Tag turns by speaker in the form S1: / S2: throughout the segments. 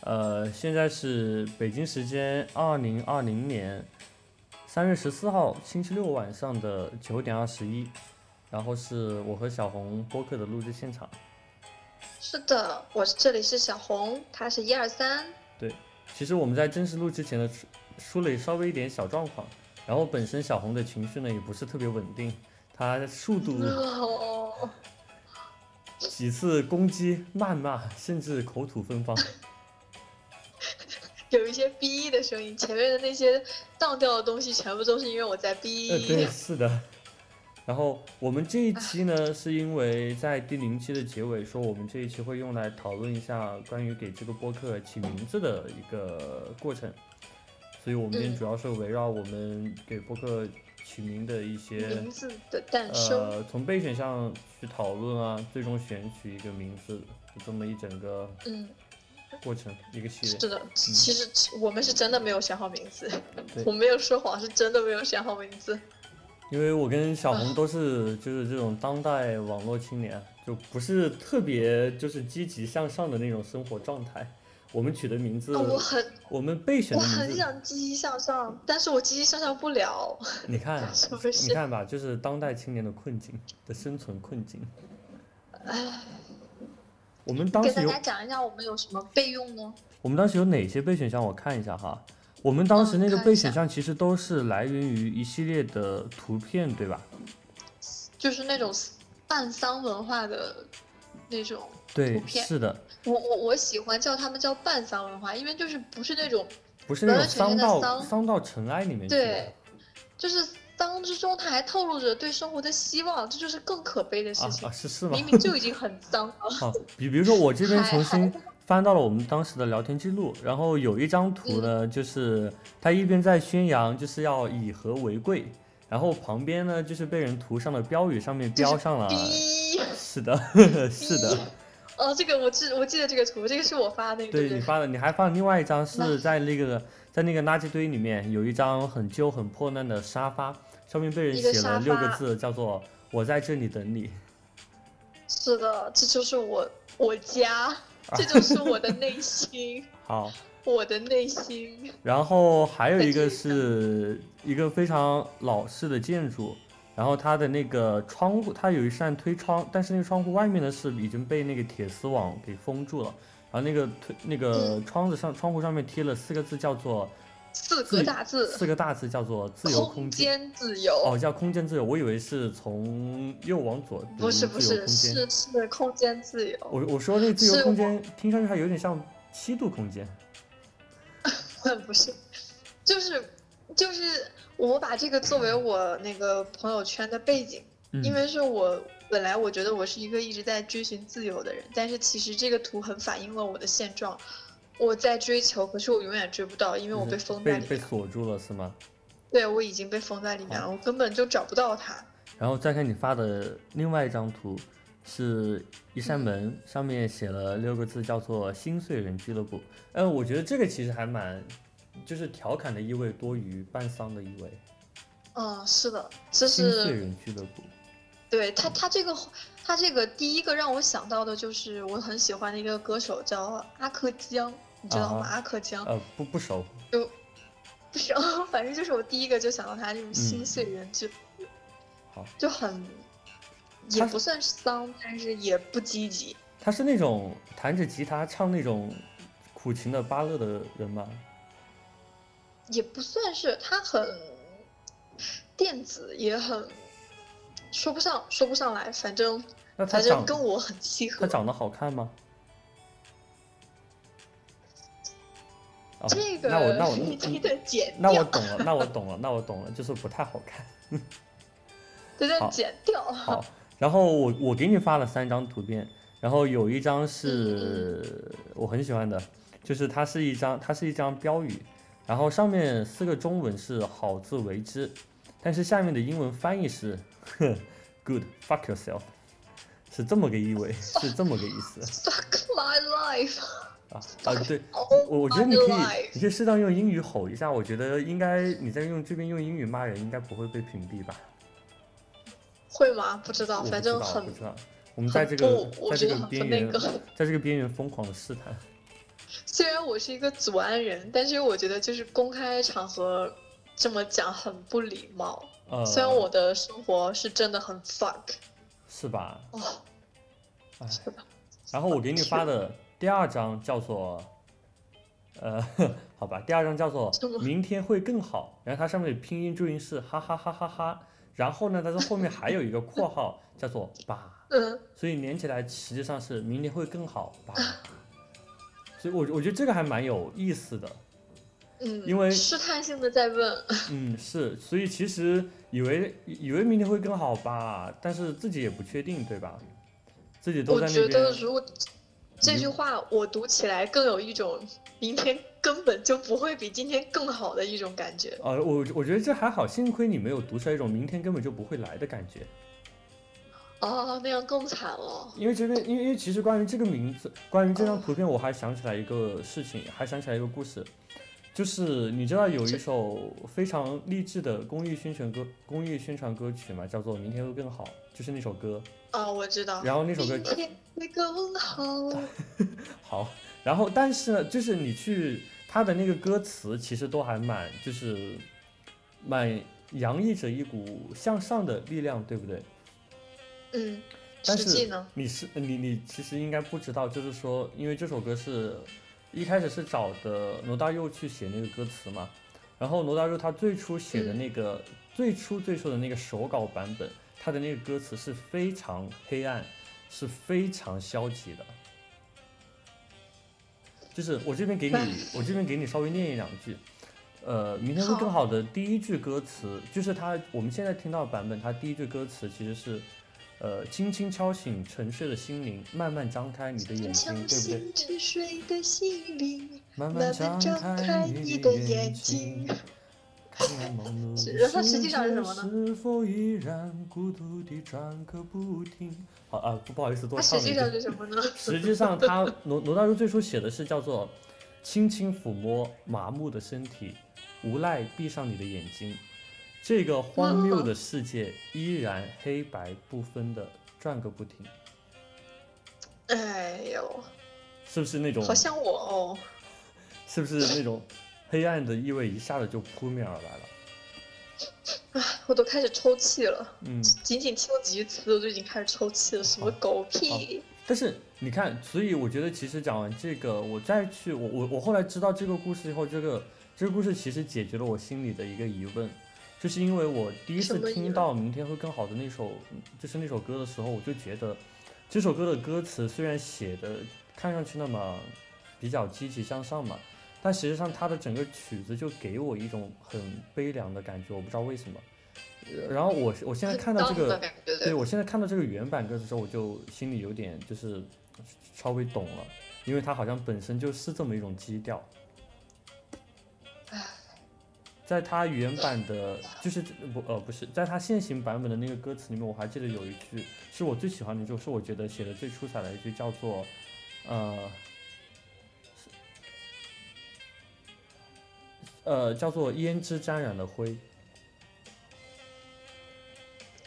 S1: 呃，现在是北京时间二零二零年三月十四号星期六晚上的九点二十一，然后是我和小红播客的录制现场。
S2: 是的，我是这里是小红，他是一二三。
S1: 对，其实我们在正式录之前呢，出出了稍微一点小状况，然后本身小红的情绪呢也不是特别稳定，她数度
S2: 哦，
S1: 几次攻击、谩骂，甚至口吐芬芳。
S2: 有一些 B 的声音，前面的那些荡掉的东西，全部都是因为我在 B。
S1: 呃， 对，是的。然后我们这一期呢，是因为在第零期的结尾说，我们这一期会用来讨论一下关于给这个播客起名字的一个过程，所以我们今天
S2: 嗯
S1: 主要是围绕我们给播客起名的一些
S2: 名字的诞生。
S1: 呃，从备选项去讨论啊，最终选取一个名字，就这么一整个
S2: 嗯，
S1: 过程，一个系列。
S2: 是的，其实我们是真的没有想好名字
S1: 嗯对，
S2: 我没有说谎，是真的没有想好名字。
S1: 因为我跟小
S2: 啊
S1: 红都是就是这种当代网络青年，啊就不是特别就是积极向上的那种生活状态。我们取的名字，
S2: 啊我很
S1: 我们备选
S2: 我
S1: 的
S2: 很
S1: 呃名字，
S2: 想积极向上，但是我积极向上不了。
S1: 你看啊
S2: 是不，是
S1: 你看吧，就是当代青年的困境的生存困境。我们当
S2: 给
S1: 时
S2: 大
S1: 有
S2: 家讲一下我们有什么备用呢？
S1: 我们当时有哪些备选项？我看一下哈。我们当时
S2: 嗯
S1: 那个
S2: 看一
S1: 备选
S2: 下
S1: 项其实都是来源于一系列的图片，对吧？
S2: 就是那种半丧文化的那种
S1: 对
S2: 图，片
S1: 是的，
S2: 我我我喜欢叫他们叫半丧文化，因为就是不是那种，
S1: 不是那
S2: 完
S1: 种
S2: 完全全
S1: 丧
S2: 的
S1: 到
S2: 丧
S1: 丧到尘埃里面去。
S2: 对就是丧之中他还透露着对生活的希望，这就是更可悲的事
S1: 啊
S2: 情。
S1: 啊， 是是吗
S2: 明？明就已经很丧了，
S1: 啊，比比如说我这边
S2: 还
S1: 重新
S2: 还
S1: 翻到了我们当时的聊天记录，然后有一张
S2: 嗯
S1: 图呢，就是他一边在宣扬就是要以和为贵，然后旁边呢就是被人涂上了标语，上面
S2: 就是
S1: 标上了，
S2: 逼，
S1: 是的，是的。
S2: 哦，这个我记我记得这个图，这个是我发的那个，
S1: 对
S2: 不
S1: 你
S2: 对？
S1: 发的，你还发了另外一张是
S2: 那
S1: 在那个在那个垃圾堆里面有一张很旧很破烂的沙发，上面被人
S2: 一个
S1: 写了
S2: 沙
S1: 六个
S2: 发
S1: 字，叫做“我在这里等你
S2: 是的，这就是我 我家，这就是我的内心，”。
S1: 好，
S2: 我的内心。
S1: 然后还有
S2: 在
S1: 一
S2: 这
S1: 个
S2: 里
S1: 是一个非常老式的建筑，然后它的那个窗户，它有一扇推窗，但是那个窗户外面呢是已经被那个铁丝网给封住了，然后那个推那个
S2: 嗯
S1: 窗子上窗户上面贴了四个字，叫做
S2: 四
S1: 自
S2: 个
S1: 由
S2: 大字，
S1: 四个大字叫做自由空间。
S2: 间自由。
S1: 哦，叫空间自由，我以为是从右往左读
S2: 不是不
S1: 自由空
S2: 是，
S1: 间。
S2: 是是空间自由，
S1: 我我说那个自由
S2: 是
S1: 空间听上去还有点像七度空间。
S2: 不是，就是就是我把这个作为我那个朋友圈的背景，
S1: 嗯，
S2: 因为是我本来我觉得我是一个一直在追寻自由的人，但是其实这个图很反映了我的现状，我在追求，可是我永远追不到，因为
S1: 就
S2: 我
S1: 是
S2: 被封在
S1: 嗯被
S2: 里
S1: 被
S2: 面，
S1: 锁住了是吗？
S2: 对我已经被封在里面了，我根本就找不到它。
S1: 然后再看你发的另外一张图，是一扇门，上面写了六个字，叫做“心碎人俱乐部”。呃，我觉得这个其实还蛮，就是调侃的意味多于伴丧的意味。
S2: 嗯，是的，这
S1: 心碎
S2: 是
S1: 人俱乐部，
S2: 对他他这个他这个第一个让我想到的就是我很喜欢的一个歌手叫阿克江，你知道吗？
S1: 啊
S2: 阿克江。
S1: 呃，不不熟，
S2: 不 是，反正就是我第一个就想到他这种
S1: 嗯
S2: 心碎人就、
S1: 好
S2: 就很，
S1: 他
S2: 也
S1: 是
S2: 不算丧，但是也不积极。
S1: 他是那种弹着吉他唱那种苦情的巴乐的人吗？
S2: 也不算是，他很电子，也很说不上说不上来，反正
S1: 那他
S2: 反正
S1: 长
S2: 跟我很契
S1: 他
S2: 合。
S1: 长得好看吗？哦，
S2: 这个
S1: 那我那我
S2: 你你得剪
S1: 那我
S2: 掉，
S1: 懂了，那我懂了，那我懂了，就是不太好看。
S2: 对
S1: 好
S2: 对，剪掉。
S1: 好，然后我我给你发了三张图片，然后有一张
S2: 嗯
S1: 是我很喜欢的，就是它是一张它是一张标语，然后上面四个中文是“好自为之”，但是下面的英文翻译是 呵 “Good fuck yourself”，是这么个意味，是这么个意思
S2: Fuck my life！
S1: 啊啊对。
S2: Oh
S1: 我我觉得你可
S2: my
S1: 以，
S2: life！
S1: 你可以适当用英语吼一下。我觉得应该你在用这边用英语骂人，应该不会被屏蔽吧？
S2: 会吗？不知道，
S1: 我不
S2: 哦反
S1: 知道
S2: 正
S1: 我
S2: 很
S1: 不知道。我们在
S2: 很
S1: 这个
S2: 不我
S1: 在这
S2: 觉
S1: 个
S2: 得很不
S1: 边
S2: 那
S1: 缘
S2: 个。
S1: 在这个边缘疯狂的试探。
S2: 虽然我是一个祖安人，但是我觉得就是公开场合这么讲很不礼貌。
S1: 呃，
S2: 虽然我的生活是真的很 fuck
S1: 是吧？
S2: 哦，
S1: 哎
S2: 是的，
S1: 然后我给你发的第二张叫做，呃，好吧，第二张叫做
S2: 什么
S1: “明天会更好”，然后它上面的拼音注音是哈哈哈哈哈，然后呢，它的后面还有一个括 号叫做“吧
S2: 嗯，”，
S1: 所以连起来实际上是“明天会更好 吧”，所以我我觉得这个还蛮有意思的，
S2: 嗯，
S1: 因为
S2: 试探性的在问，
S1: 嗯，是，所以其实以为以为明天会更好吧，但是自己也不确定，对吧？自己都
S2: 我
S1: 在那
S2: 觉
S1: 边嗯
S2: 得。如果这句话我读起来更有一种明天根本就不会比今天更好的一种感觉。
S1: 呃，我我觉得这还好，幸亏你没有读出来一种明天根本就不会来的感觉，
S2: 哦，那样更惨了。
S1: 因为这边，因为因为其实关于这个名字，关于这张图片，我还想起来一个事情，还想起来一个故事，就是你知道有一
S2: 是
S1: 首非常励志的公益宣传歌，公益宣传歌曲嘛，叫做《明天会更好》，就是那首歌，
S2: 哦，我知道。
S1: 然后那首歌
S2: 明天会更好。
S1: 好，然后但是呢，就是你去他的那个歌词，其实都还蛮就是蛮洋溢着一股向上的力量，对不对？
S2: 嗯，
S1: 但
S2: 实
S1: 是
S2: 际呢？
S1: 你是你你其实应该不知道，就是说，因为这首歌是一开始是找的罗大佑去写那个歌词嘛，然后罗大佑他最初写的那个、最初最初的那个手稿版本，他的那个歌词是非常黑暗，是非常消极的。就是我这边给你，我这边给你稍微念一两句。呃，明天会更好的第一句歌词，就是它我们现在听到的版本，它第一句歌词其实是，呃，轻轻敲醒沉睡的心灵，慢慢张开你的眼睛，
S2: 敲
S1: 对不对？
S2: 醒沉睡的心灵，
S1: 慢
S2: 慢
S1: 张
S2: 慢张开
S1: 你
S2: 你的
S1: 眼
S2: 眼睛。
S1: 看看忙碌
S2: 是
S1: 的
S2: 它
S1: 世
S2: 实际上是
S1: 界
S2: 什么呢
S1: 是否依然孤独地转个不停？好啊，不不好意思，多
S2: 它
S1: 唱
S2: 实
S1: 了一
S2: 际
S1: 句
S2: 上。是什么呢？
S1: 实际上他，罗罗大佑最初写的是叫做“轻轻抚摸麻木的身体，无奈闭上你的眼睛，这个荒谬的世界依然黑白不分的转个不停”，
S2: 哎呦，
S1: 是不是那种？
S2: 好像我哦。
S1: 是不是那种黑暗的意味一下子就扑面而来了？
S2: 我都开始抽泣了，
S1: 嗯，
S2: 仅仅听了几句词，我就已经开始抽泣了，什么狗屁！
S1: 但是你看，所以我觉得其实讲完这个，我再去我我我后来知道这个故事以后，这个这个故事其实解决了我心里的一个疑问，就是因为我第一次
S2: 什么疑
S1: 听
S2: 问
S1: 到《明天会更好》的那首就是那首歌的时候，我就觉得这首歌的歌词虽然写的看上去那么比较积极向上嘛，但实际上它的整个曲子就给我一种很悲凉的感觉，我不知道为什么。呃然后我我现在看到这
S2: 很 down
S1: 个
S2: 的感觉，
S1: 对，我现在看到这个原版歌词之后，我就心里有点就是稍微懂了，因为它好像本身就是这么一种基调。在它原版的，就是不呃不是，在它现行版本的那个歌词里面，我还记得有一句是我最喜欢的一句，是我觉得写的最出彩的一句，叫做呃。呃，叫做胭脂沾染了灰，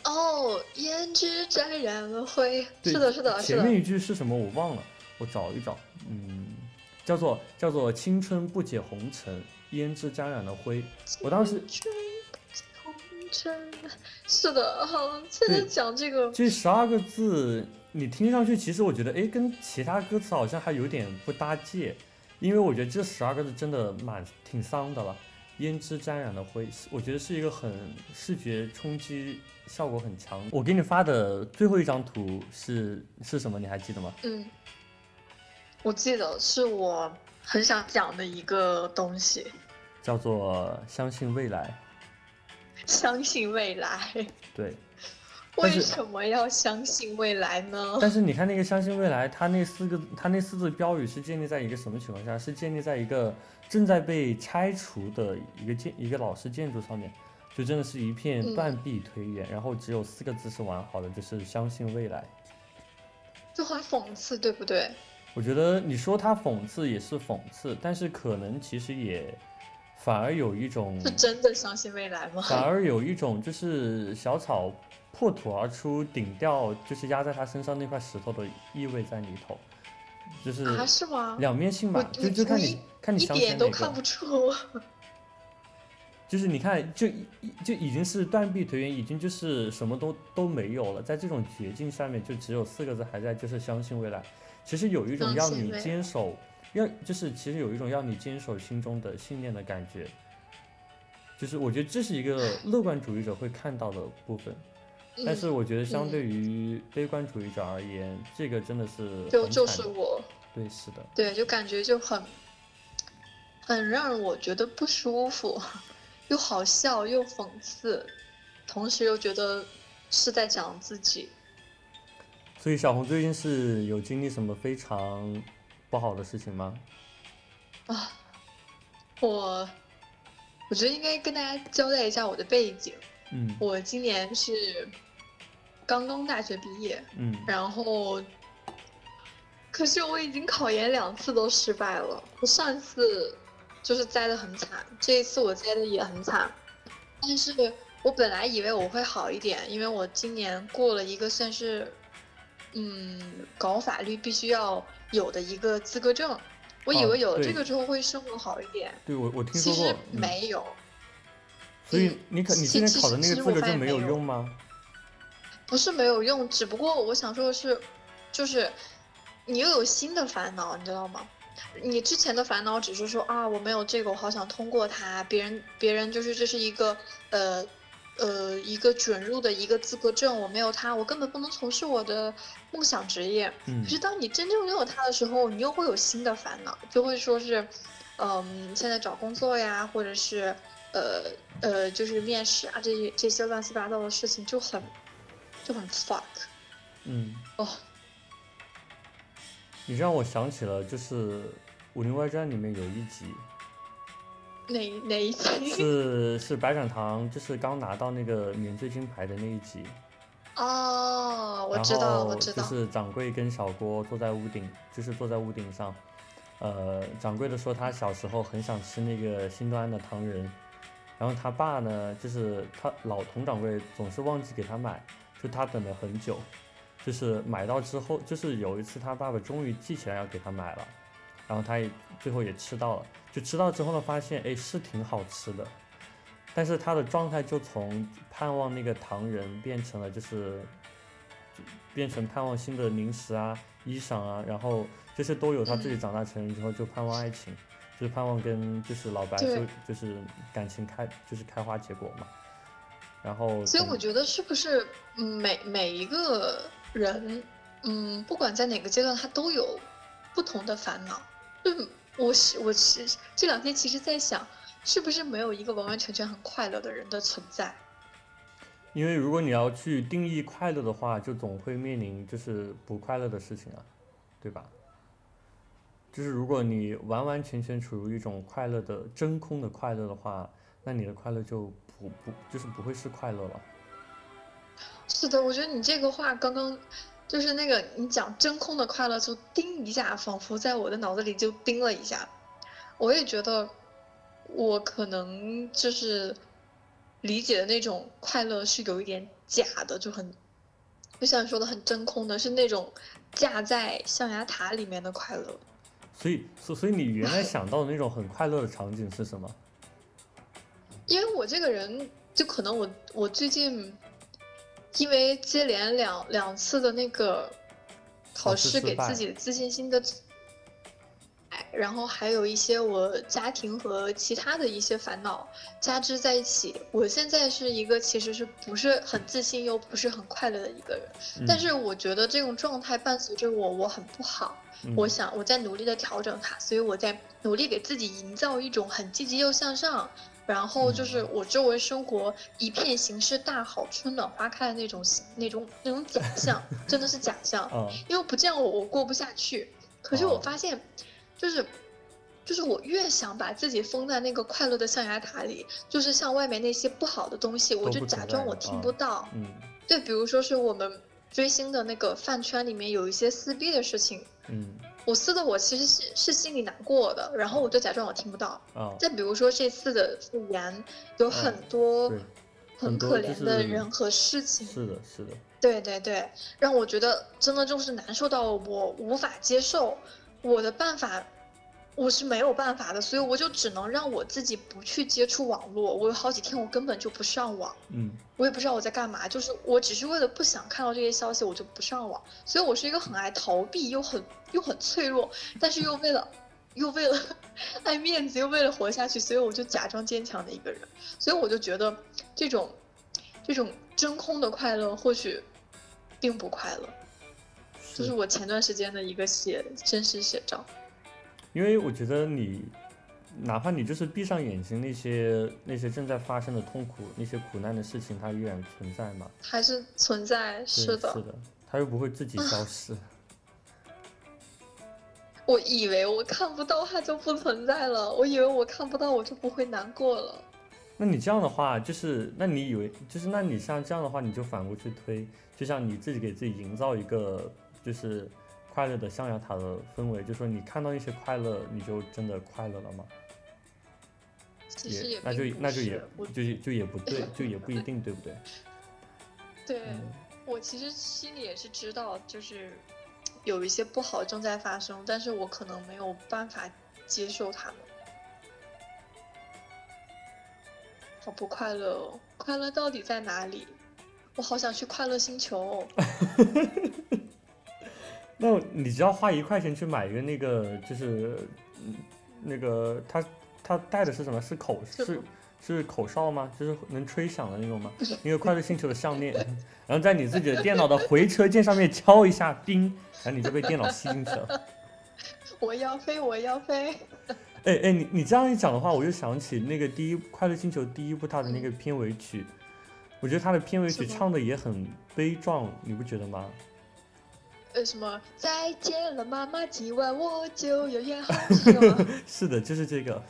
S2: 哦，胭脂沾染了灰，
S1: 对
S2: 是的，是的，是
S1: 前面
S2: 的，
S1: 一句是什么我忘了，我找一找，嗯，叫做叫做青春不解红尘，胭脂沾染了灰。我当时
S2: 追红尘，是的，好，现在
S1: 对
S2: 讲这个，
S1: 这十二个字，你听上去其实我觉得，哎，跟其他歌词好像还有点不搭界，因为我觉得这十二个字真的蛮挺丧的了。胭脂沾染了灰，是我觉得是一个很视觉冲击效果很强。我给你发的最后一张图是是什么？你还记得吗？
S2: 嗯，我记得是我很想讲的一个东西，
S1: 叫做相信未来。
S2: 相信未来。
S1: 对，但是
S2: 为什么要相信未来呢？
S1: 但是你看那个相信未来，它那四个，它那四字标语是建立在一个什么情况下？是建立在一个正在被拆除的一个建一个老式建筑上面，就真的是一片
S2: 嗯
S1: 断壁颓垣，然后只有四个字是完好的，就是相信未来。
S2: 就很讽刺，对不对？
S1: 我觉得你说它讽刺也是讽刺，但是可能其实也反而有一种
S2: 是真的相信未来吗？
S1: 反而有一种就是小草破土而出，顶掉就是压在他身上那块石头的意味在里头。就是
S2: 啊，是吗？
S1: 两面性嘛，
S2: 我
S1: 就就
S2: 我
S1: 看
S2: 一
S1: 你看你
S2: 一
S1: 想选
S2: 点
S1: 哪
S2: 都看
S1: 个，
S2: 不出。
S1: 就是你看就一就已经是断壁颓垣，已经就是什么都都没有了，在这种绝境下面，就只有四个字还在，就是相信未来。其实有一种
S2: 相
S1: 让
S2: 信
S1: 你
S2: 未来
S1: 坚守，要就是其实有一种让你坚守心中的信念的感觉，就是我觉得这是一个乐观主义者会看到的部分。但是
S2: 嗯、
S1: 我觉得相
S2: 嗯
S1: 对于悲观主义者而言，这个真的是
S2: 就
S1: 很
S2: 就
S1: 惨
S2: 是
S1: 的
S2: 我，
S1: 对，是的，
S2: 对，就感觉就很很让我觉得不舒服，又好笑又讽刺，同时又觉得是在讲自己。
S1: 所以小红最近是有经历什么非常不好的事情吗？
S2: 我我觉得应该跟大家交代一下我的背景。
S1: 嗯
S2: 我今年是刚刚大学毕业，
S1: 嗯，
S2: 然后，可是我已经考研两次都失败了。我上一次就是栽的很惨，这一次我栽的也很惨。但是我本来以为我会好一点，因为我今年过了一个算是，嗯，搞法律必须要有的一个资格证。我以
S1: 哦
S2: 为有了这
S1: 对
S2: 个之后会生活好一点，
S1: 对我我听
S2: 其
S1: 说过
S2: 实，
S1: 嗯、
S2: 没有。
S1: 所以
S2: 嗯
S1: 你可你之
S2: 其
S1: 前
S2: 其
S1: 考
S2: 实
S1: 的那
S2: 其
S1: 个
S2: 实
S1: 资
S2: 我
S1: 格
S2: 发
S1: 证
S2: 现
S1: 没
S2: 没
S1: 有
S2: 有
S1: 用吗？
S2: 不是没有用，只不过我想说的是，就是你又有新的烦恼，你知道吗？你之前的烦恼只是说啊，我没有这个，我好想通过它。别人别人就是这是一个呃呃一个准入的一个资格证，我没有它，我根本不能从事我的梦想职业。
S1: 嗯
S2: 可是当你真正拥有它的时候，你又会有新的烦恼，就会说是，嗯，现在找工作呀，或者是呃呃，就是面试啊，这些这些乱七八糟的事情就很就很 fuck
S1: 嗯，
S2: 哦，
S1: 你让我想起了就是《武林外传》里面有一 集，
S2: 哪哪一 集
S1: 是是白展堂就是刚拿到那个免罪金牌的那一集，
S2: 哦，我
S1: 然
S2: 知道，我
S1: 后
S2: 知
S1: 就
S2: 道，
S1: 是掌柜跟小郭坐在屋顶，就是坐在屋顶上。呃，掌柜的说他小时候很想吃那个新端的糖人，然后他爸呢，就是他老佟掌柜总是忘记给他买，就他等了很久，就是买到之后，就是有一次他爸爸终于记起来要给他买了，然后他也最后也吃到了，就吃到之后呢，发现哎是挺好吃的，但是他的状态就从盼望那个糖人变成了就是变成盼望新的零食啊、衣裳啊，然后这些都有。他自己长大成人之后就盼望爱情，就是盼望跟就是老白
S2: 对
S1: 就就是感情开就是开花结果嘛。然后，
S2: 所以我觉得是不是嗯每每一个人，嗯，不管在哪个阶段，他都有不同的烦恼。嗯，我是我是这两天其实在想，是不是没有一个完完全全很快乐的人的存在？
S1: 因为如果你要去定义快乐的话，就总会面临就是不快乐的事情啊，对吧？就是如果你完完全全处于一种快乐的真空的快乐的话，那你的快乐就不不就是不会是快乐了。
S2: 是的，我觉得你这个话刚刚就是那个你讲真空的快乐，就叮一下，仿佛在我的脑子里就叮了一下。我也觉得，我可能就是理解的那种快乐是有一点假的，就很就像你说的很真空的，是那种架在象牙塔里面的快乐。
S1: 所以，所所以你原来想到的那种很快乐的场景是什么？
S2: 因为我这个人，就可能我我最近，因为接连两两次的那个考
S1: 考试
S2: 试
S1: 失
S2: 给
S1: 败
S2: 自己的自信心的，哎，然后还有一些我家庭和其他的一些烦恼加之在一起，我现在是一个其实是不是很自信又不是很快乐的一个人，但是我觉得这种状态伴随着我，我很不好。
S1: 嗯、
S2: 我想我在努力的调整它，所以我在努力给自己营造一种很积极又向上，然
S1: 嗯
S2: 后就是我周围生活一片形势大好、春暖花开的那种那种那种假象，真的是假 象，
S1: 啊、
S2: 因为不这样我我过不下去。可是我
S1: 哦
S2: 发现，就是。就是我越想把自己封在那个快乐的象牙塔里，就是像外面那些不好的东西，我
S1: 都
S2: 就
S1: 不
S2: 假
S1: 存
S2: 装
S1: 在
S2: 我
S1: 的
S2: 听
S1: 啊
S2: 不到。
S1: 嗯
S2: 对，比如说是我们追星的那个饭圈里面有一些撕逼的事情，
S1: 嗯
S2: 我撕的我其实是是心里难过的，然
S1: 哦
S2: 后我就假装我听不到。
S1: 啊，
S2: 再比如说这次的复原，有很多
S1: 哦对，
S2: 很
S1: 很多
S2: 可
S1: 就
S2: 怜的
S1: 是
S2: 人和事情，
S1: 是的，是的，
S2: 对对对，让我觉得真的就是难受到我无法接受。我的办法我是没有办法的，所以我就只能让我自己不去接触网络。我有好几天我根本就不上网，
S1: 嗯
S2: 我也不知道我在干嘛，就是我只是为了不想看到这些消息，我就不上网。所以我是一个很爱逃避又很又很脆弱，但是又为了又为了爱面子又为了活下去，所以我就假装坚强的一个人。所以我就觉得这种这种真空的快乐或许并不快乐，这是
S1: 是
S2: 我前段时间的一个写真实写照。
S1: 因为我觉得你，哪怕你就是闭上眼睛，那些那些正在发生的痛苦、那些苦难的事情，它依然存在嘛。
S2: 还是存在，
S1: 对
S2: 是
S1: 是
S2: 的。
S1: 的，它又不会自己消失。
S2: 我以为我看不到它就不存在了，我以为我看不到我就不会难过了。
S1: 那你这样的话，就是那你以为就是那你像这样的话，你就反过去推，就像你自己给自己营造一个就是快乐的象牙塔的氛围，就说你看到一些快乐，你就真的快乐了吗？
S2: 其实
S1: 也
S2: 也
S1: 那就
S2: 并不
S1: 那就是也
S2: 我
S1: 就也就也不对，就也不一定，对不对？
S2: 对、
S1: 嗯
S2: 我其实心里也是知道，就是有一些不好正在发生，但是我可能没有办法接受他们。好不快乐哦，快乐到底在哪里？我好想去快乐星球哦、
S1: 那你只要花一块钱去买一个那个，就是嗯那个它它带的是什么？是口
S2: 是
S1: 是是口哨吗？就是能吹响的那种吗？一个快乐星球的项链，然后在你自己的电脑的回车键上面敲一下，叮，然后你就被电脑吸进去了。
S2: 我要飞，我要飞。
S1: 哎哎，你你这样一讲的话，我就想起那个第一《快乐星球》第一部它的那个片尾曲，我觉得它的片尾曲
S2: 是吗
S1: 唱的也很悲壮，你不觉得吗？
S2: 呃，什么再见了，妈妈，今晚我就要远航，是吗？
S1: 是的，就是这个。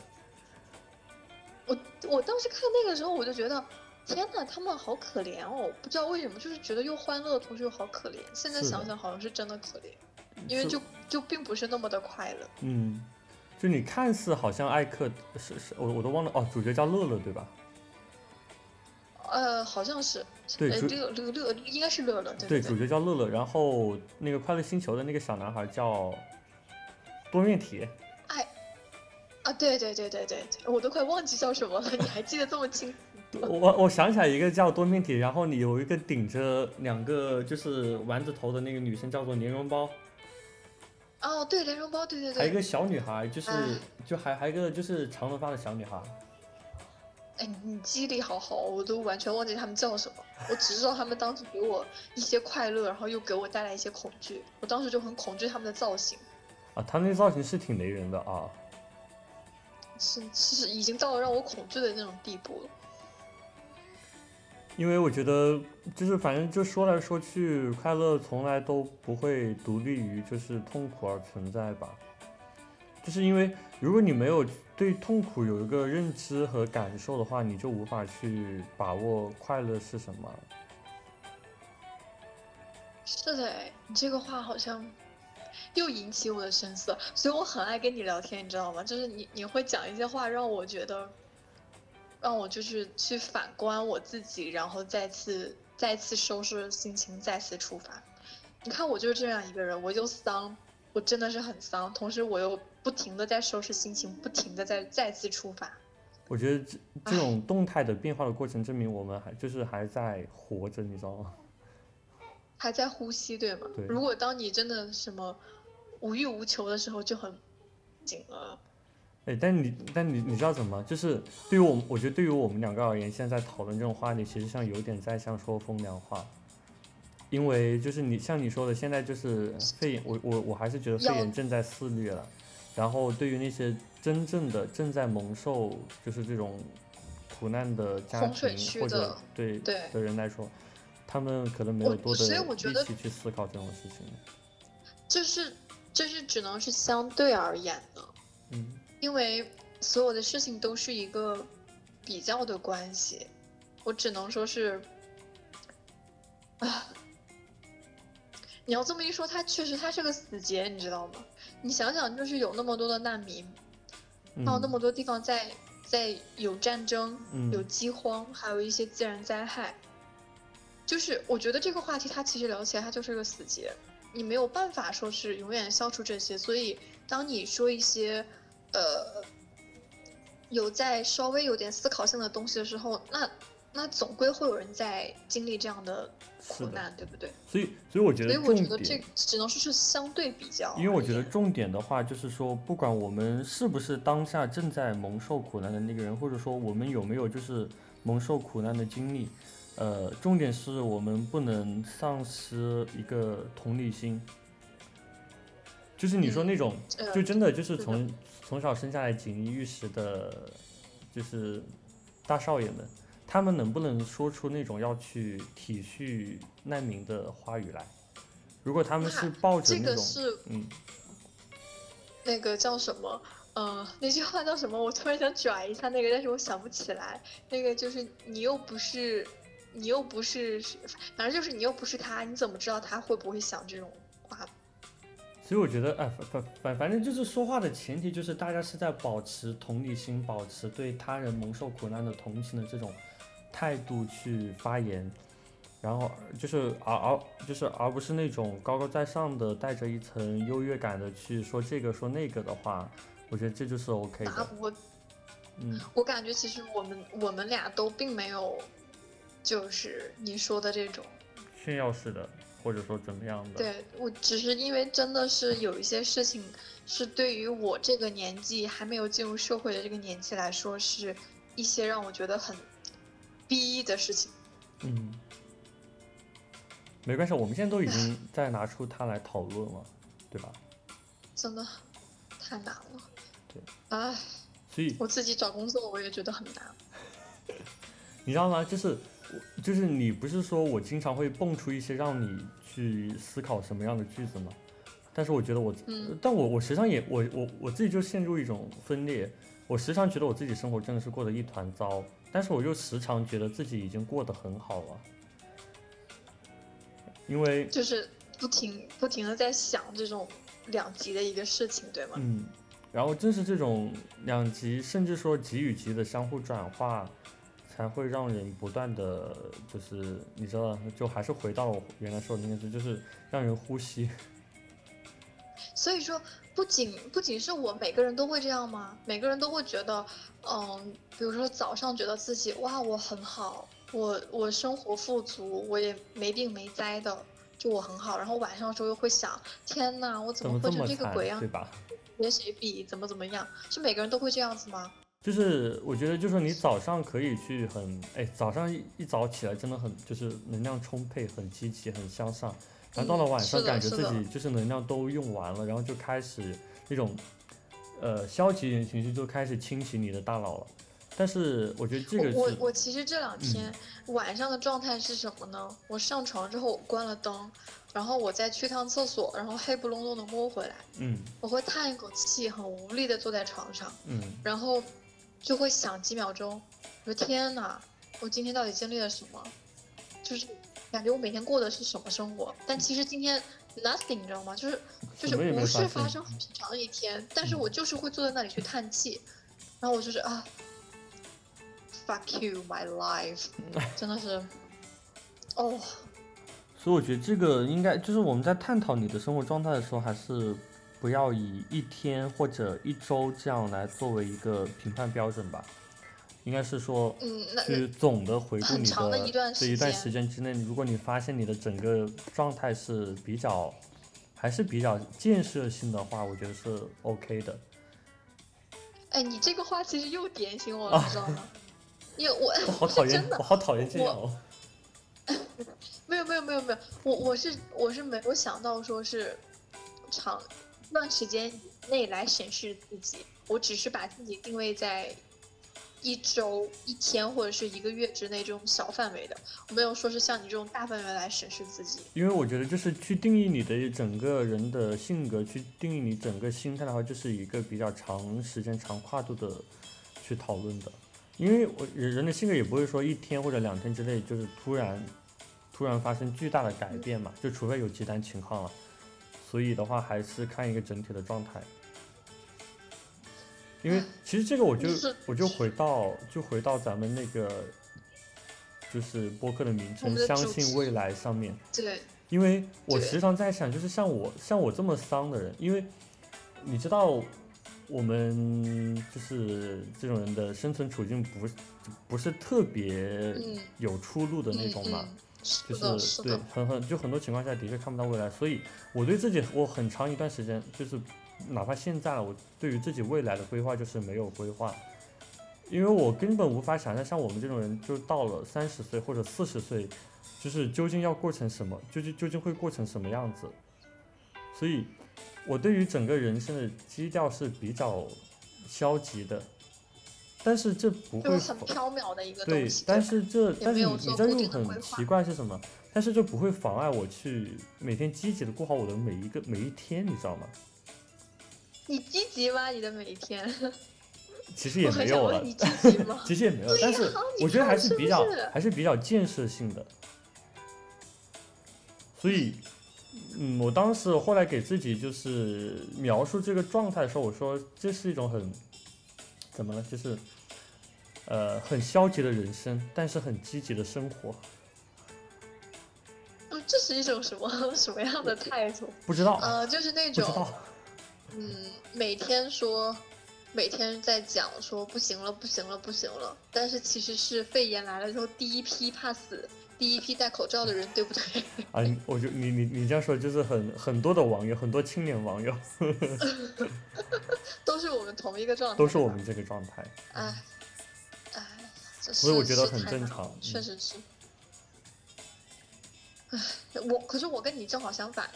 S2: 我我当时看那个时候，我就觉得，天呐，他们好可怜哦！不知道为什么，就是觉得又欢乐，同时又好可怜。现在
S1: 是的嗯
S2: 想想，好像是真的可怜，因为
S1: 是
S2: 就就并不是那么的快乐。
S1: 嗯，就你看似好像艾克是是，我我都忘了哦，主角叫乐乐对吧？
S2: 呃，好像是，
S1: 对
S2: 呃，
S1: 主
S2: 乐乐乐应该是乐乐，对
S1: 对，
S2: 对
S1: 主角叫乐乐，然后那个快乐星球的那个小男孩叫多面体，
S2: 啊，对对对对对，对我都快忘记叫什么了，你还记得这么清？
S1: 我我我想起来一个叫多面体，然后你有一个顶着两个就是丸子头的那个女生叫做莲蓉包，
S2: 哦，对，莲蓉包，对对
S1: 还有一
S2: 对，
S1: 个小女孩，就是
S2: 哎
S1: 就还还有一个就是长头发的小女孩，
S2: 哎，你记忆力好好，我都完全忘记他们叫什么，我只知道他们当时给我一些快乐，然后又给我带来一些恐惧，我当时就很恐惧他们的造型。
S1: 啊，她那造型是挺雷人的啊。
S2: 是是已经到了让我恐惧的那种地步了。
S1: 因为我觉得，就是反正就说来说去，快乐从来都不会独立于就是痛苦而存在吧。就是因为如果你没有对痛苦有一个认知和感受的话，你就无法去把握快乐是什么。
S2: 是的，哎，你这个话好像又引起我的深思，所以我很爱跟你聊天，你知道吗？就是你你会讲一些话，让我觉得，让我就是去反观我自己，然后再次再次收拾心情，再次出发。你看，我就是这样一个人，我又丧，我真的是很丧，同时我又不停的在收拾心情，不停的在再次出发。
S1: 我觉得这这种动态的变化的过程，证明我们还就是还在活着，你知道吗？
S2: 还在呼吸，对吗？
S1: 对
S2: 如果当你真的什么无欲无求的时候，就很紧啊了。
S1: 哎，但你但你你知道怎么？就是对于我们，我觉得对于我们两个而言，现在在讨论这种话题，其实上有点在像说风凉话，因为就是你像你说的，现在就是肺炎，我我我还是觉得肺
S2: 要
S1: 炎正在肆虐了。然后对于那些真正的正在蒙受就是这种苦难的家
S2: 洪水区
S1: 庭或者
S2: 的
S1: 对
S2: 对
S1: 的人来说，他们可能没有
S2: 我
S1: 多的
S2: 所以我觉
S1: 力
S2: 得
S1: 气去思考这种事情。
S2: 这是这是只能是相对而言的，
S1: 嗯，
S2: 因为所有的事情都是一个比较的关系。我只能说是，啊，你要这么一说，它确实它是个死结，你知道吗？你想想，就是有那么多的难民，
S1: 嗯
S2: 还有那么多地方在在有战争、
S1: 嗯
S2: 有饥荒，还有一些自然灾害。就是我觉得这个话题它其实聊起来它就是个死结，你没有办法说是永远消除这些，所以当你说一些呃有在稍微有点思考性的东西的时候，那那总归会有人在经历这样的
S1: 是
S2: 苦
S1: 的。
S2: 难，对不对？
S1: 所以，所以我觉
S2: 所
S1: 得
S2: 以我觉
S1: 重
S2: 得这
S1: 点
S2: 个只能说是相对比较
S1: 因为我
S2: 而
S1: 觉得
S2: 言，
S1: 重点的话，就是说，不管我们是不是当下正在蒙受苦难的那个人，或者说我们有没有就是蒙受苦难的经历，呃，重点是我们不能丧失一个同理心。就是你说那
S2: 嗯，
S1: 种，
S2: 呃，
S1: 就真的就是
S2: 是的，
S1: 从从小生下来锦衣玉食的，就是大少爷们，他们能不能说出那种要去体恤难民的话语来？如果他们是
S2: 那
S1: 抱着
S2: 这
S1: 那
S2: 个
S1: 种，
S2: 是
S1: 嗯。
S2: 那个叫什么？呃，那句话叫什么？我突然想转一下那个，但是我想不起来。那个就是你又不是，你又不是，反正就是你又不是他，你怎么知道他会不会想这种话？
S1: 所以我觉得，哎，反反反反正就是说话的前提就是大家是在保持同理心，保持对他人蒙受苦难的同情的这种态度去发言，然后就是而而就是而不是那种高高在上的带着一层优越感的去说这个说那个的话，我觉得这就是 OK
S2: 那
S1: 的。
S2: 我
S1: 嗯，
S2: 我感觉其实我们我们俩都并没有，就是你说的这种。
S1: 炫耀式的，或者说怎么样的，
S2: 对，我只是因为真的是有一些事情是对于我这个年纪还没有进入社会的这个年纪来说，是一些让我觉得很逼的事情。
S1: 嗯，没关系，我们现在都已经在拿出它来讨论了，对吧？
S2: 真的太难了。
S1: 对，
S2: 唉，
S1: 所以。
S2: 我自己找工作我也觉得很难。
S1: 你知道吗？就是我，就是你不是说我经常会蹦出一些让你去思考什么样的句子吗？但是我觉得我，呃
S2: 嗯，
S1: 但我我时常也我我我自己就陷入一种分裂。我时常觉得我自己生活真的是过得一团糟，但是我又时常觉得自己已经过得很好了，因为
S2: 就是不停不停的在想这种两极的一个事情，对吗？
S1: 嗯，然后正是这种两极，甚至说极与极的相互转化，才会让人不断的，就是你知道，就还是回到了我原来说的那个字，就是让人呼吸。
S2: 所以说，不仅不仅是我，每个人都会这样吗？每个人都会觉得，嗯，比如说早上觉得自己哇，我很好，我我生活富足，我也没病没灾的，就我很好。然后晚上的时候又会想，天呐，我怎
S1: 怎么这
S2: 么会成
S1: 么
S2: 这个
S1: 惨，
S2: 鬼啊样
S1: 对？吧？
S2: 跟谁比？怎么怎么样？是每个人都会这样子吗？
S1: 就是我觉得，就是你早上可以去很，哎，早上一一早起来真的很，就是能量充沛，很积极，很向上。然后到了
S2: 嗯，
S1: 晚
S2: 是
S1: 上，感
S2: 的，
S1: 觉自
S2: 是的。
S1: 己就是能量都用完了，然后就开始那种呃消极一点情绪就开始侵袭你的大脑了。但是我觉得这
S2: 我
S1: 个
S2: 我
S1: 是，
S2: 我其实这两
S1: 嗯
S2: 天晚上的状态是什么呢？我上床之后我关了灯，然后我再去趟厕所，然后黑不隆咚的摸回来，
S1: 嗯
S2: 我会叹一口气，很无力的坐在床上，
S1: 嗯
S2: 然后就会想几秒钟，我说天呐，我今天到底经历了什么？就是感觉我每天过的是什么生活？但其实今天 nothing，你知道吗？就是
S1: 什
S2: 就是
S1: 么也没
S2: 无
S1: 发
S2: 事发
S1: 生，
S2: 生很平常的一天，但是
S1: 嗯
S2: 我就是会坐在那里去叹气，然后我就是啊，fuck you my life，真的是，哦，
S1: 所以我觉得这个应该就是我们在探讨你的生活状态的时候，还是不要以一天或者一周这样来作为一个评判标准吧。应该是说，
S2: 嗯，那
S1: 去总的回顾
S2: 很
S1: 你
S2: 长的
S1: 的
S2: 一段
S1: 这
S2: 时
S1: 一段
S2: 间，
S1: 时间之内，如果你发现你的整个状态是比较，还是比较建设性的话，我觉得是 OK 的
S2: 哎，你这个话其实又点醒我了，
S1: 啊。
S2: 你知道吗？因为我
S1: 我好
S2: 是
S1: 讨厌，
S2: 真的，
S1: 我好讨厌这样
S2: 我
S1: 哦。
S2: 没有没有没有没有，我我是我是没有想到说是长段时间以内来审视自己，我只是把自己定位在一周、一天或者是一个月之内这种小范围的，我没有说是像你这种大范围来审视自己。
S1: 因为我觉得，就是去定义你的整个人的性格，去定义你整个心态的话，就是一个比较长时间、长跨度的去讨论的。因为我人人的性格也不会说一天或者两天之内就是突然突然发生巨大的改
S2: 嗯
S1: 变嘛，就除非有极端情况了。所以的话，还是看一个整体的状态。因为
S2: 唉，
S1: 其实这个我就
S2: 你是
S1: 我就回到就回到咱们那个就是播客的名
S2: 我
S1: 称“
S2: 们
S1: 相
S2: 的主
S1: 信
S2: 题，
S1: 未来”上面。
S2: 对
S1: 因为我
S2: 对，
S1: 时常在想，就是像我像我这么丧的人，因为你知道我们就是这种人的生存处境不是不是特别
S2: 嗯
S1: 有出路的那种嘛，
S2: 嗯是
S1: 就
S2: 的，
S1: 是
S2: 是
S1: 对
S2: 的，
S1: 很很就很多情况下的确看不到未来，所以我对自己我很长一段时间就是哪怕现在了，我对于自己未来的规划就是没有规划，因为我根本无法想象像我们这种人，就到了三十岁或者四十岁，就是究竟要过成什么，究竟究竟会过成什么样子，所以我对于整个人生的基调是比较消极的，但是这不
S2: 就
S1: 会
S2: 是很
S1: 否
S2: 缥缈的一个
S1: 对
S2: 东西，，
S1: 但
S2: 吧
S1: 是这但
S2: 没
S1: 是
S2: 有
S1: 你
S2: 做
S1: 你这
S2: 固
S1: 又
S2: 定的规
S1: 很
S2: 划
S1: 奇怪是什么？但是这不会妨碍我去每天积极的过好我的每一个每一天，你知道吗？
S2: 你积极吗？你的每一天，
S1: 其实也
S2: 我很
S1: 没
S2: 想
S1: 有啊
S2: 问
S1: 了
S2: 你，积极吗？
S1: 其实也没有，
S2: 对
S1: 但
S2: 呀
S1: 是
S2: 你
S1: 我觉得还
S2: 看
S1: 是
S2: 是
S1: 比
S2: 不
S1: 较
S2: 是
S1: 还是比较建设性的。所以，嗯，我当时后来给自己就是描述这个状态的时候，我说这是一种很怎么了，就是呃很消极的人生，但是很积极的生活。
S2: 嗯这是一种什么 什么样的态度？
S1: 不知道，
S2: 呃，就是那
S1: 不知道
S2: 种，。嗯，每天说，每天在讲说不行了，不行了，不行了，但是其实是肺炎来了之后第一批怕死，第一批戴口罩的人，对不对？
S1: 啊，你我就你你你这样说，就是很很多的网友，很多青年网友
S2: 哦都是我们同一个状态，
S1: 都是我们这个状态。
S2: 哎，哎，这
S1: 所以
S2: 是
S1: 我觉得
S2: 是
S1: 很
S2: 太
S1: 正
S2: 难
S1: 常
S2: 了
S1: 嗯
S2: 确实是。哎，我可是我跟你正好相反，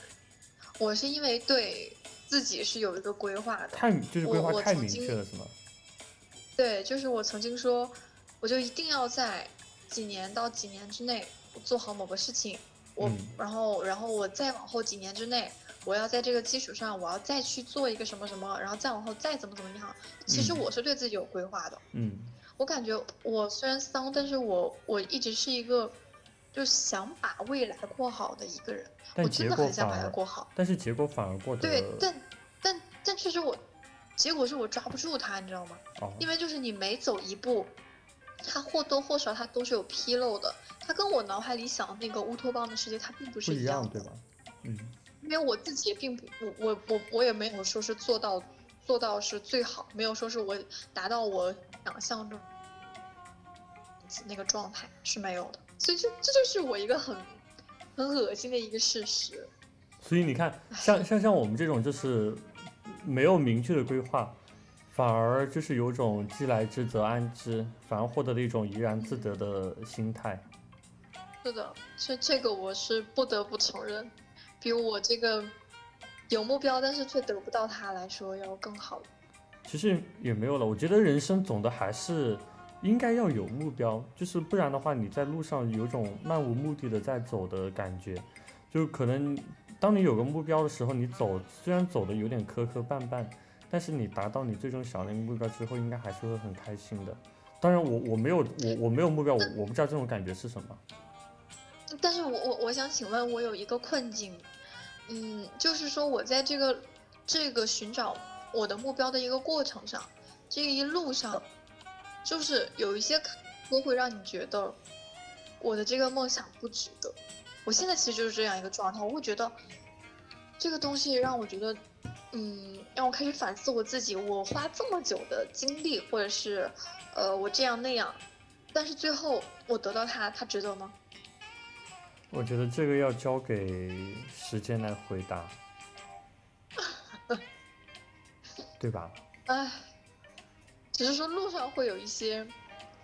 S2: 我是因为对自己是有一个规划的，
S1: 太就是规
S2: 我
S1: 划
S2: 我
S1: 太
S2: 曾
S1: 明
S2: 经
S1: 确了，是吗？
S2: 对，就是我曾经说，我就一定要在几年到几年之内做好某个事情，我、
S1: 嗯
S2: 然后然后我再往后几年之内，我要在这个基础上，我要再去做一个什么什么，然后再往后再怎么怎么样。其实
S1: 嗯
S2: 我是对自己有规划的，
S1: 嗯
S2: 我感觉我虽然丧，但是我我一直是一个就想把未来过好的一个人，
S1: 但
S2: 我
S1: 结
S2: 真的
S1: 果
S2: 很
S1: 反
S2: 想把它
S1: 而，呃
S2: 过好。
S1: 但是结果反而过得
S2: 对，但但但确实我结果是我抓不住它，你知道吗？
S1: 哦，
S2: 因为就是你每走一步，它或多或少它都是有纰漏的。它跟我脑海里想的那个乌托邦的世界，它并不
S1: 不
S2: 是
S1: 一样，
S2: 样的。
S1: 对吧？嗯
S2: 因为我自己也并不，我我我我也没有说是做到做到是最好，没有说是我达到我想象中那个状态是没有的。所以这这就是我一个很很恶心的一个事实。
S1: 所以你看，像像像我们这种就是没有明确的规划，反而就是有种既来之则安之，反而获得了一种怡然自得的心态。
S2: 是的，这这个我是不得不承认，比我这个有目标但是却得不到它来说要更好。
S1: 其实也没有了，我觉得人生总的还是应该要有目标，就是不然的话，你在路上有种漫无目的的在走的感觉，就可能当你有个目标的时候，你走虽然走的有点磕磕绊绊，但是你达到你最终想要的那个目标之后，应该还是会很开心的。当然我，我没有我我没有目标，我我不知道这种感觉是什么。
S2: 但是我我我想请问，我有一个困境，嗯，就是说我在这个这个寻找我的目标的一个过程上，这一路上，就是有一些坎坷会让你觉得我的这个梦想不值得。我现在其实就是这样一个状态，我会觉得这个东西让我觉得，嗯，让我开始反思我自己，我花这么久的精力，或者是呃我这样那样，但是最后我得到它，它值得吗？
S1: 我觉得这个要交给时间来回答，对吧？
S2: 唉，只是说路上会有一些，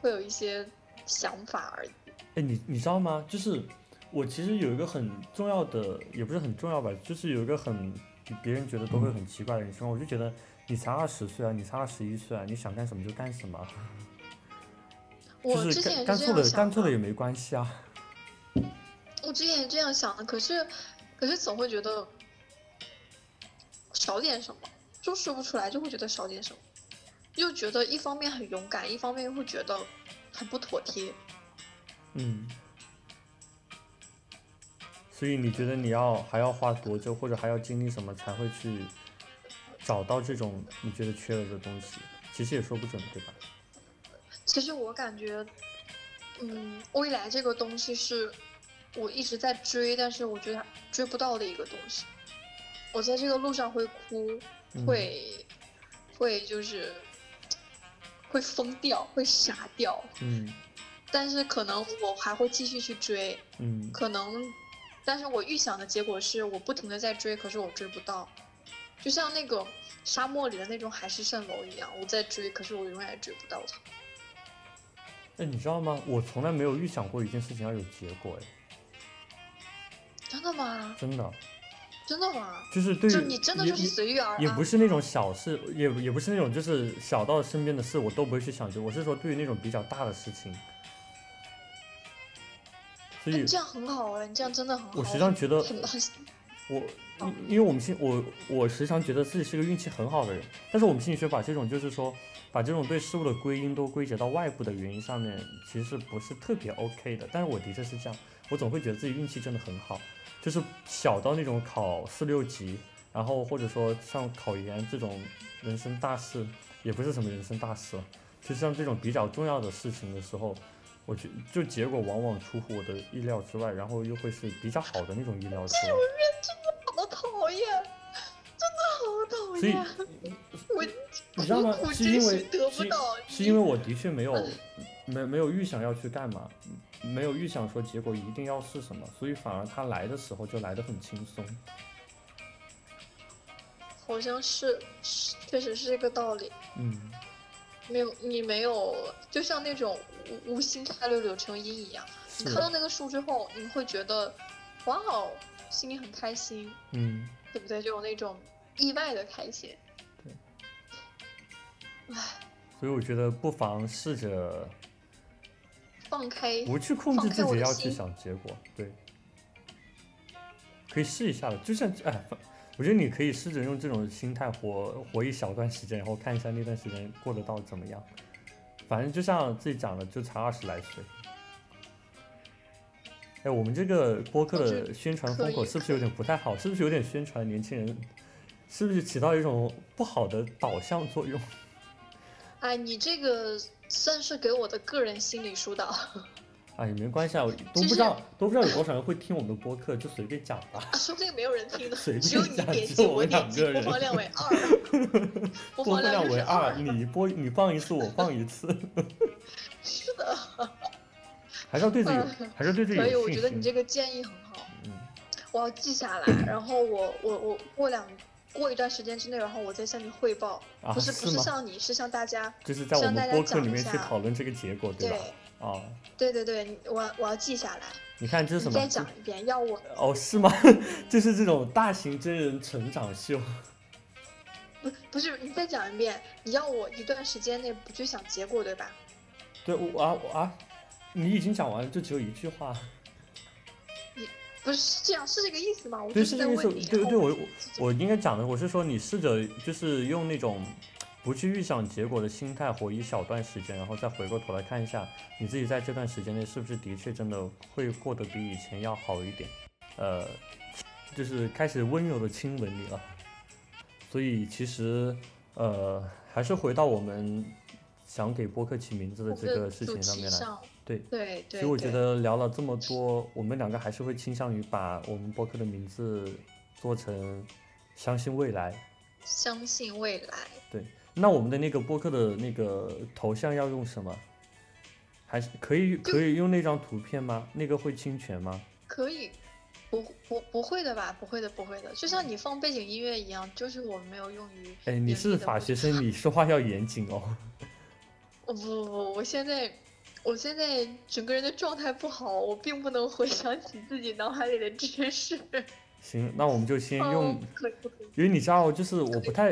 S2: 会有一些想法而已。
S1: 哎，你你知道吗？就是我其实有一个很重要的，也不是很重要吧，就是有一个很别人觉得都会很奇怪的人生观，我就觉得你才二十岁啊，你才二十一岁啊，你想干什么就干什么啊，
S2: 我
S1: 就
S2: 之
S1: 是
S2: 前
S1: 干
S2: 也
S1: 干
S2: 是这
S1: 错
S2: 样
S1: 了，干
S2: 想
S1: 错
S2: 的，
S1: 了也没关系啊。
S2: 我之前也这样想的，可是，可是总会觉得少点什么，就说不出来，就会觉得少点什么，又觉得一方面很勇敢，一方面又会觉得很不妥帖。
S1: 嗯。所以你觉得你要还要花多久，或者还要经历什么才会去找到这种你觉得缺了的东西？其实也说不准，对吧？
S2: 其实我感觉，嗯，未来这个东西是我一直在追，但是我觉得追不到的一个东西。我在这个路上会哭，
S1: 嗯
S2: 会、会就是会疯掉，会傻掉。
S1: 嗯
S2: 但是可能我还会继续去追，
S1: 嗯
S2: 可能，但是我预想的结果是我不停的在追，可是我追不到，就像那个沙漠里的那种海市蜃楼一样，我在追，可是我永远也追不到它。
S1: 哎，你知道吗？我从来没有预想过一件事情要有结果，哎，
S2: 真的吗？
S1: 真的，
S2: 真的吗？
S1: 就是对于
S2: 就你真的
S1: 也
S2: 就是随遇而安，
S1: 也不是那种小事，也也不是那种就是小到身边的事，我都不会去想着。我是说，对于那种比较大的事情，所
S2: 那
S1: 以
S2: 你这样很好哎，你这样真的很好。
S1: 我时常觉得
S2: 很很
S1: 我，因因为我们心我我时常觉得自己是个运气很好的人，但是我们心理学把这种就是说把这种对事物的归因都归结到外部的原因上面，其实不是特别 OK 的。但是我的确是这样，我总会觉得自己运气真的很好，就是小到那种考四六级，然后或者说像考研这种人生大事，也不是什么人生大事了，就像这种比较重要的事情的时候。我觉就结果往往出乎我的意料之外，然后又会是比较好的那种意料之外。
S2: 好讨厌，真的好讨
S1: 所以
S2: 厌。我
S1: 你知道吗
S2: 苦苦
S1: 是因
S2: 追
S1: 为
S2: 寻得不
S1: 是
S2: 到，
S1: 是因为我的确没有没没有预想要去干嘛，没有预想说结果一定要是什么，所以反而它来的时候就来得很轻松。
S2: 好像是是确实是一个道理。
S1: 嗯，
S2: 没有，你没有，就像那种无无心插柳柳成荫一样。
S1: 是
S2: 你看，到那个树之后，你会觉得，哇哦，心里很开心，
S1: 嗯，
S2: 对不对？就有那种意外的开心。
S1: 所以我觉得不妨试着
S2: 放开，
S1: 不去控制自
S2: 放开我
S1: 己
S2: 的
S1: 要去
S2: 心
S1: 想结果，对，可以试一下的。就像哎，反我觉得你可以试着用这种心态活活一小段时间，然后看一下那段时间过得到怎么样。反正就像自己讲的，就才二十来岁。哎，我们这个播客
S2: 我觉
S1: 的宣传风口
S2: 可以
S1: 是不是有点不太好？是不是有点宣传年轻人？是不是起到一种不好的导向作用？
S2: 哎，你这个算是给我的个人心理疏导。
S1: 哎，没关系啊，我都
S2: 就
S1: 不知
S2: 是
S1: 道都不知道有多少人会听我们的播客，就随便讲吧。
S2: 说不定没有人听的，
S1: 随便
S2: 只有你
S1: 讲
S2: 点
S1: 只
S2: 击，
S1: 有我
S2: 我点
S1: 两
S2: 击
S1: 个
S2: 播
S1: 人
S2: 放量为 二，播
S1: 播
S2: 放
S1: 放量
S2: 就
S1: 为
S2: 是
S1: 二，，你播你放一次，我放一 次，
S2: 是的。
S1: 还是要对自己有，还是要对自己
S2: 所以
S1: 有
S2: 我
S1: 信
S2: 觉
S1: 心。
S2: 得你这个建议很好，
S1: 嗯，
S2: 我要记下来，然后我我我过两过一段时间之内，然后我再向你汇报，
S1: 啊
S2: 不是不
S1: 是
S2: 是
S1: 吗
S2: 向你，是向大家。
S1: 就是在我
S2: 向大
S1: 们
S2: 家
S1: 播客
S2: 讲
S1: 里
S2: 一
S1: 面去
S2: 下
S1: 讨论这个结果，吧？
S2: 对
S1: 啊，
S2: 对对对，我我要记下来，
S1: 你看这是什
S2: 你
S1: 么
S2: 再？讲一遍，要我
S1: 这哦，是吗？ 这是这种大型真人成长秀。
S2: 不不是你再讲一遍，你要我一段时间内不去想结果，对吧？
S1: 对，我啊我啊，你已经讲完了，就只有一句话。
S2: 不是是这样，是这个意思吗？我
S1: 对，
S2: 就是在
S1: 这个意
S2: 问
S1: 思。
S2: 你，
S1: 对
S2: 然
S1: 对，
S2: 后
S1: 我我应该讲的，我是说你试着就是用那种不去预想结果的心态活一小段时间，然后再回过头来看一下你自己在这段时间内是不是的确真的会过得比以前要好一点，呃，就是开始温柔的亲吻你了。所以其实呃，还是回到我们想给播客起名字的
S2: 我
S1: 这
S2: 们
S1: 个
S2: 的
S1: 事
S2: 主
S1: 情上
S2: 题
S1: 面来。
S2: 上
S1: 对
S2: 对
S1: 所
S2: 对，
S1: 以我觉
S2: 对
S1: 得聊了这么多，我们两个还是会倾向于把我们播客的名字做成“相信未来
S2: 相信未来，”。
S1: 那我们的那个播客的那个头像要用什么？还是可以可以用那张图片吗？那个会侵权吗？
S2: 可以，不不不会的吧？不会的，不会的，就像你放背景音乐一样，就是我没有用于。
S1: 哎，你是法学？生，你说话要严谨哦。
S2: 我哦不不不，我现在我现在整个人的状态不好，我并不能回想起自己脑海里的知识。
S1: 行，那我们就先用
S2: 哦，可以不可以？
S1: 因为你知道，就是我不太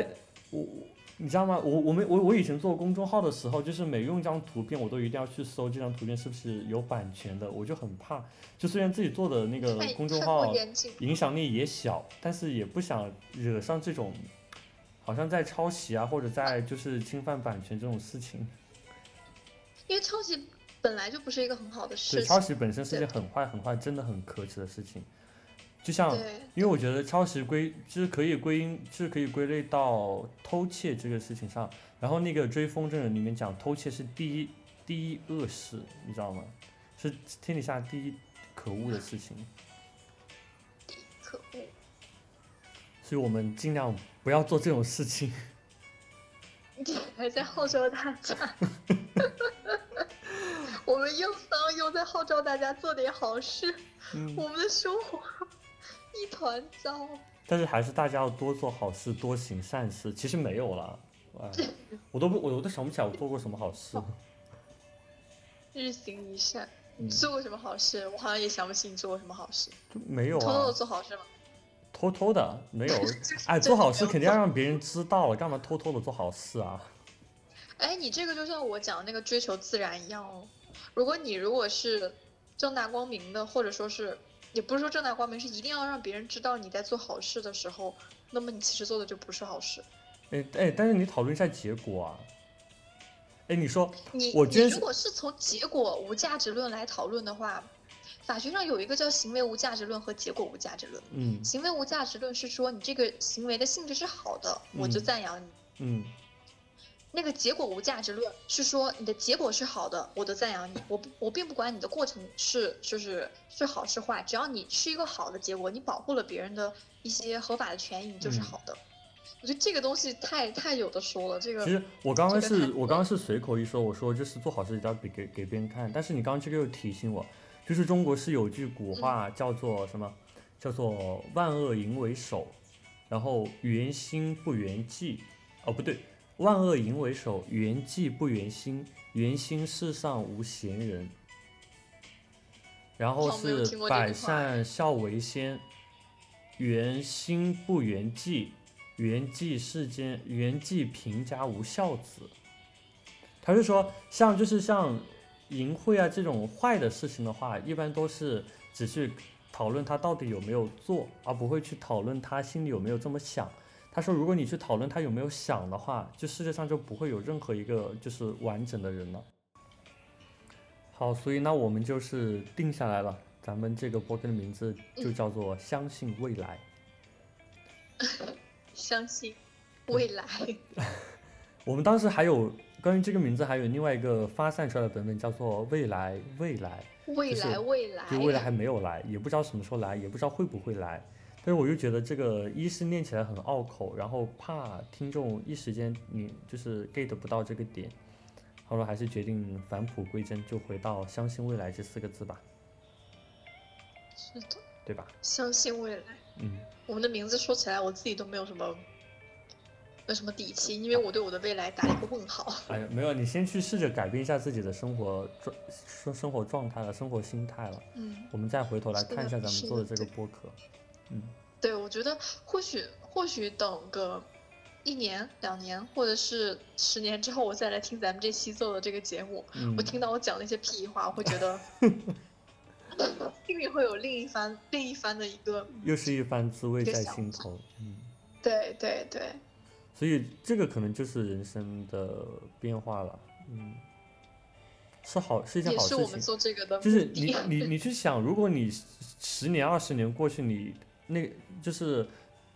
S1: 我。我你知道吗？我我们我我以前做公众号的时候，就是每用一张图片，我都一定要去搜这张图片是不是有版权的，我就很怕。就虽然自己做的那个
S2: 太
S1: 公众
S2: 太过
S1: 号
S2: 严谨，
S1: 影响力也小，但是也不想惹上这种，好像在抄袭啊，或者在就是侵犯版权这种事情。
S2: 因为抄袭本来就不是一个很好的
S1: 对，
S2: 事
S1: 抄
S2: 情。
S1: 袭本身是
S2: 对
S1: 件很坏、很坏、真的很可耻的事情。就像
S2: 对，
S1: 因为我觉得抄袭归就是可以归因，就是可以归类到偷窃这个事情上。然后那个《追风筝人》里面讲，偷窃是第一第一恶事，你知道吗？是天底下第一可恶的事情。
S2: 可恶。
S1: 所以我们尽量不要做这种事情。
S2: 你还在号召大家， 我们又丧又在号召大家做点好事，
S1: 嗯，
S2: 我们的生活一团糟。
S1: 但是还是大家要多做好事，多行善事。其实没有啦，哎，我都不，我我都想不起来我做过什么好事。
S2: 日行一善，
S1: 嗯
S2: 你做过什么好事？我好像也想不起你做过什么好事。
S1: 就没有
S2: 偷偷
S1: 啊
S2: 的，做好事吗？
S1: 偷偷的没 有。哎，
S2: 这
S1: 做
S2: 个
S1: 好
S2: 没
S1: 事
S2: 有
S1: 肯定要
S2: 做
S1: 让别人知道了，干嘛偷偷的做好事啊？
S2: 哎，你这个就像我讲的那个追求自然一样哦。如果你如果是正大光明的，或者说是也不是说正大光明，是一定要让别人知道你在做好事的时候，那么你其实做的就不是好事。
S1: 哎哎，但是你讨论一下结果啊。哎，你说
S2: 你
S1: 我
S2: 你
S1: 真
S2: 如
S1: 是
S2: 果是从结果无价值论来讨论的话，法学上有一个叫行为无价值论和结果无价值论。
S1: 嗯
S2: 行为无价值论是说你这个行为的性质是好的，我就
S1: 嗯
S2: 赞扬你。
S1: 嗯
S2: 那个结果无价值论是说你的结果是好的，我都赞扬你，我不我并不管你的过程是就是是好是坏，只要你是一个好的结果，你保护了别人的一些合法的权益，你就是
S1: 嗯
S2: 好的。我觉得这个东西太太有的说了，这个
S1: 其实我刚刚
S2: 这个
S1: 是
S2: 太
S1: 我刚刚是随口一说，我说就是做好事一定要给给给别人看。但是你刚刚这个又提醒我，就是中国是有句古
S2: 嗯
S1: 话叫做什么？叫做万恶淫为首，然后圆心不圆寂。哦，不对，万恶淫为首，圆寂不圆心。圆心世上无贤人。然后
S2: 好没有
S1: 是
S2: 听过这
S1: 百
S2: 句话哎
S1: 善孝为先，圆心不圆寂，圆寂世间，圆寂贫家无孝子。他是说，像就是像淫秽啊这种坏的事情的话，一般都是只去讨论他到底有没有做，而不会去讨论他心里有没有这么想。他说，如果你去讨论他有没有想的话，就世界上就不会有任何一个就是完整的人了。好，所以那我们就是定下来了，咱们这个播客的名字就叫做“相信未来”。
S2: 相信未来。
S1: 我们当时还有关于这个名字还有另外一个发散出来的版本，叫做“未来未来”。
S2: 未
S1: 就是
S2: 来，未来，
S1: 就未来还没有来，也不知道什么时候来，也不知道会不会来。但是我又觉得这个一是念起来很拗口，然后怕听众一时间你就是 get 不到这个点，后来还是决定返璞归真，就回到相信未来这四个字吧，
S2: 是的，
S1: 对吧？
S2: 相信未来。
S1: 嗯，
S2: 我们的名字说起来，我自己都没有什么，没有什么底气，因为我对我的未来打了一个问号。
S1: 哎呀，没有，你先去试着改变一下自己的生活状生生活状态了，生活心态了，
S2: 嗯，
S1: 我们再回头来
S2: 是的
S1: 看一下咱们
S2: 是
S1: 做的这个
S2: 的对
S1: 播客。嗯，
S2: 对，我觉得或许或许等个一年、两年，或者是十年之后，我再来听咱们这期做的这个节目，
S1: 嗯
S2: 我听到我讲那些屁话，我会 觉得心里会有另一番另一番的一个，
S1: 又是一番滋味
S2: 一个
S1: 在
S2: 想
S1: 心
S2: 法
S1: 头。嗯。
S2: 对对对，
S1: 所以这个可能就是人生的变化了，嗯，是好是一件
S2: 也
S1: 好
S2: 是
S1: 事
S2: 我们
S1: 情。
S2: 做这个的
S1: 就是
S2: 目
S1: 你
S2: 的。
S1: 你你去想，如果你十十年二十年过去，你那就是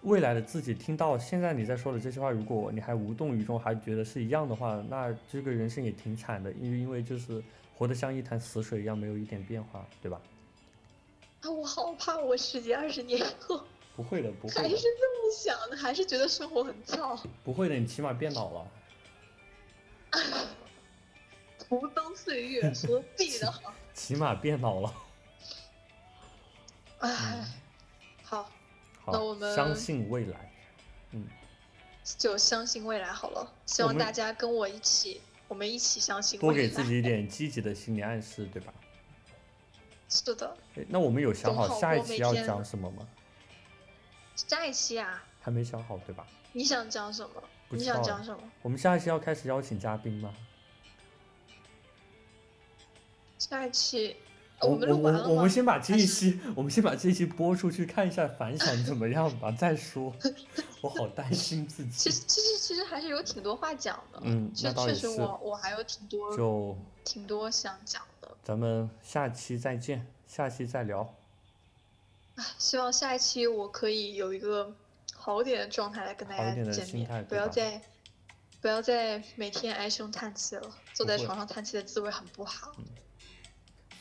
S1: 未来的自己听到现在你在说的这些话，如果你还无动于衷，还觉得是一样的话，那这个人生也挺惨的，因为因为就是活得像一潭死水一样，没有一点变化，对吧？
S2: 啊，我好怕我十几二十年后
S1: 不会的，不
S2: 还
S1: 会
S2: 是
S1: 的，
S2: 这么想的，还是觉得生活很燥，
S1: 不会的，你起码变老了。
S2: 徒增岁 月，何必呢？
S1: 起码变老了， 嗯
S2: 唉，好，那
S1: 好
S2: 我，们
S1: 相信未来。
S2: 就相信未来好了。希
S1: 我
S2: 望
S1: 们
S2: 大家跟我一起，我们一起相信
S1: 多
S2: 未
S1: 给
S2: 来。
S1: 自己一点积极的心理暗示，对吧？
S2: 是的，
S1: 诶那我们有想
S2: 总
S1: 好
S2: 好
S1: 下一
S2: 过每
S1: 期要
S2: 天
S1: 讲什么吗？
S2: 下一期啊，
S1: 还没想好，对吧？
S2: 你想讲什么？
S1: 不
S2: 你
S1: 知道
S2: 想
S1: 啊
S2: 讲什么？
S1: 我们下一期要开始邀请嘉宾吗？
S2: 下一期呃
S1: 我
S2: 们录
S1: 我
S2: 完了
S1: 我
S2: 吗
S1: 们？先把这
S2: 还
S1: 一
S2: 是
S1: 期，我们先把这一期播出去，看一下反响怎么样吧，再 说。我好担心自己。
S2: 其实其实其实还是有挺多话讲的，
S1: 嗯
S2: 确
S1: 那倒
S2: 确
S1: 也
S2: 实
S1: 是
S2: 我我还有挺多
S1: 就
S2: 挺多想讲的，
S1: 咱们下期再见，下期再聊。
S2: 唉希望下一期我可以有一个好一点的状态来跟大
S1: 好一
S2: 家
S1: 点的
S2: 见
S1: 心态
S2: 面，不
S1: 对
S2: 要
S1: 吧
S2: 再不要再每天唉声叹气了，坐
S1: 不
S2: 在
S1: 会嗯
S2: 床上叹气的滋味很不好。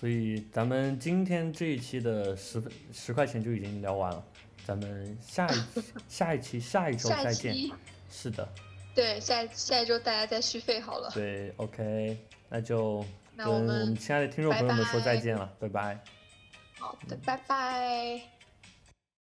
S1: 所以咱们今天这一期的十分十块钱就已经聊完了，咱们下一期下一期下一周
S2: 下
S1: 再
S2: 一
S1: 见。
S2: 期
S1: 是的，
S2: 对下一下一周大家再续费好了，
S1: 对，OK，那就
S2: 那
S1: 跟
S2: 我
S1: 我
S2: 们
S1: 们亲爱的听众朋友们说再见了，拜拜
S2: 好的，拜拜。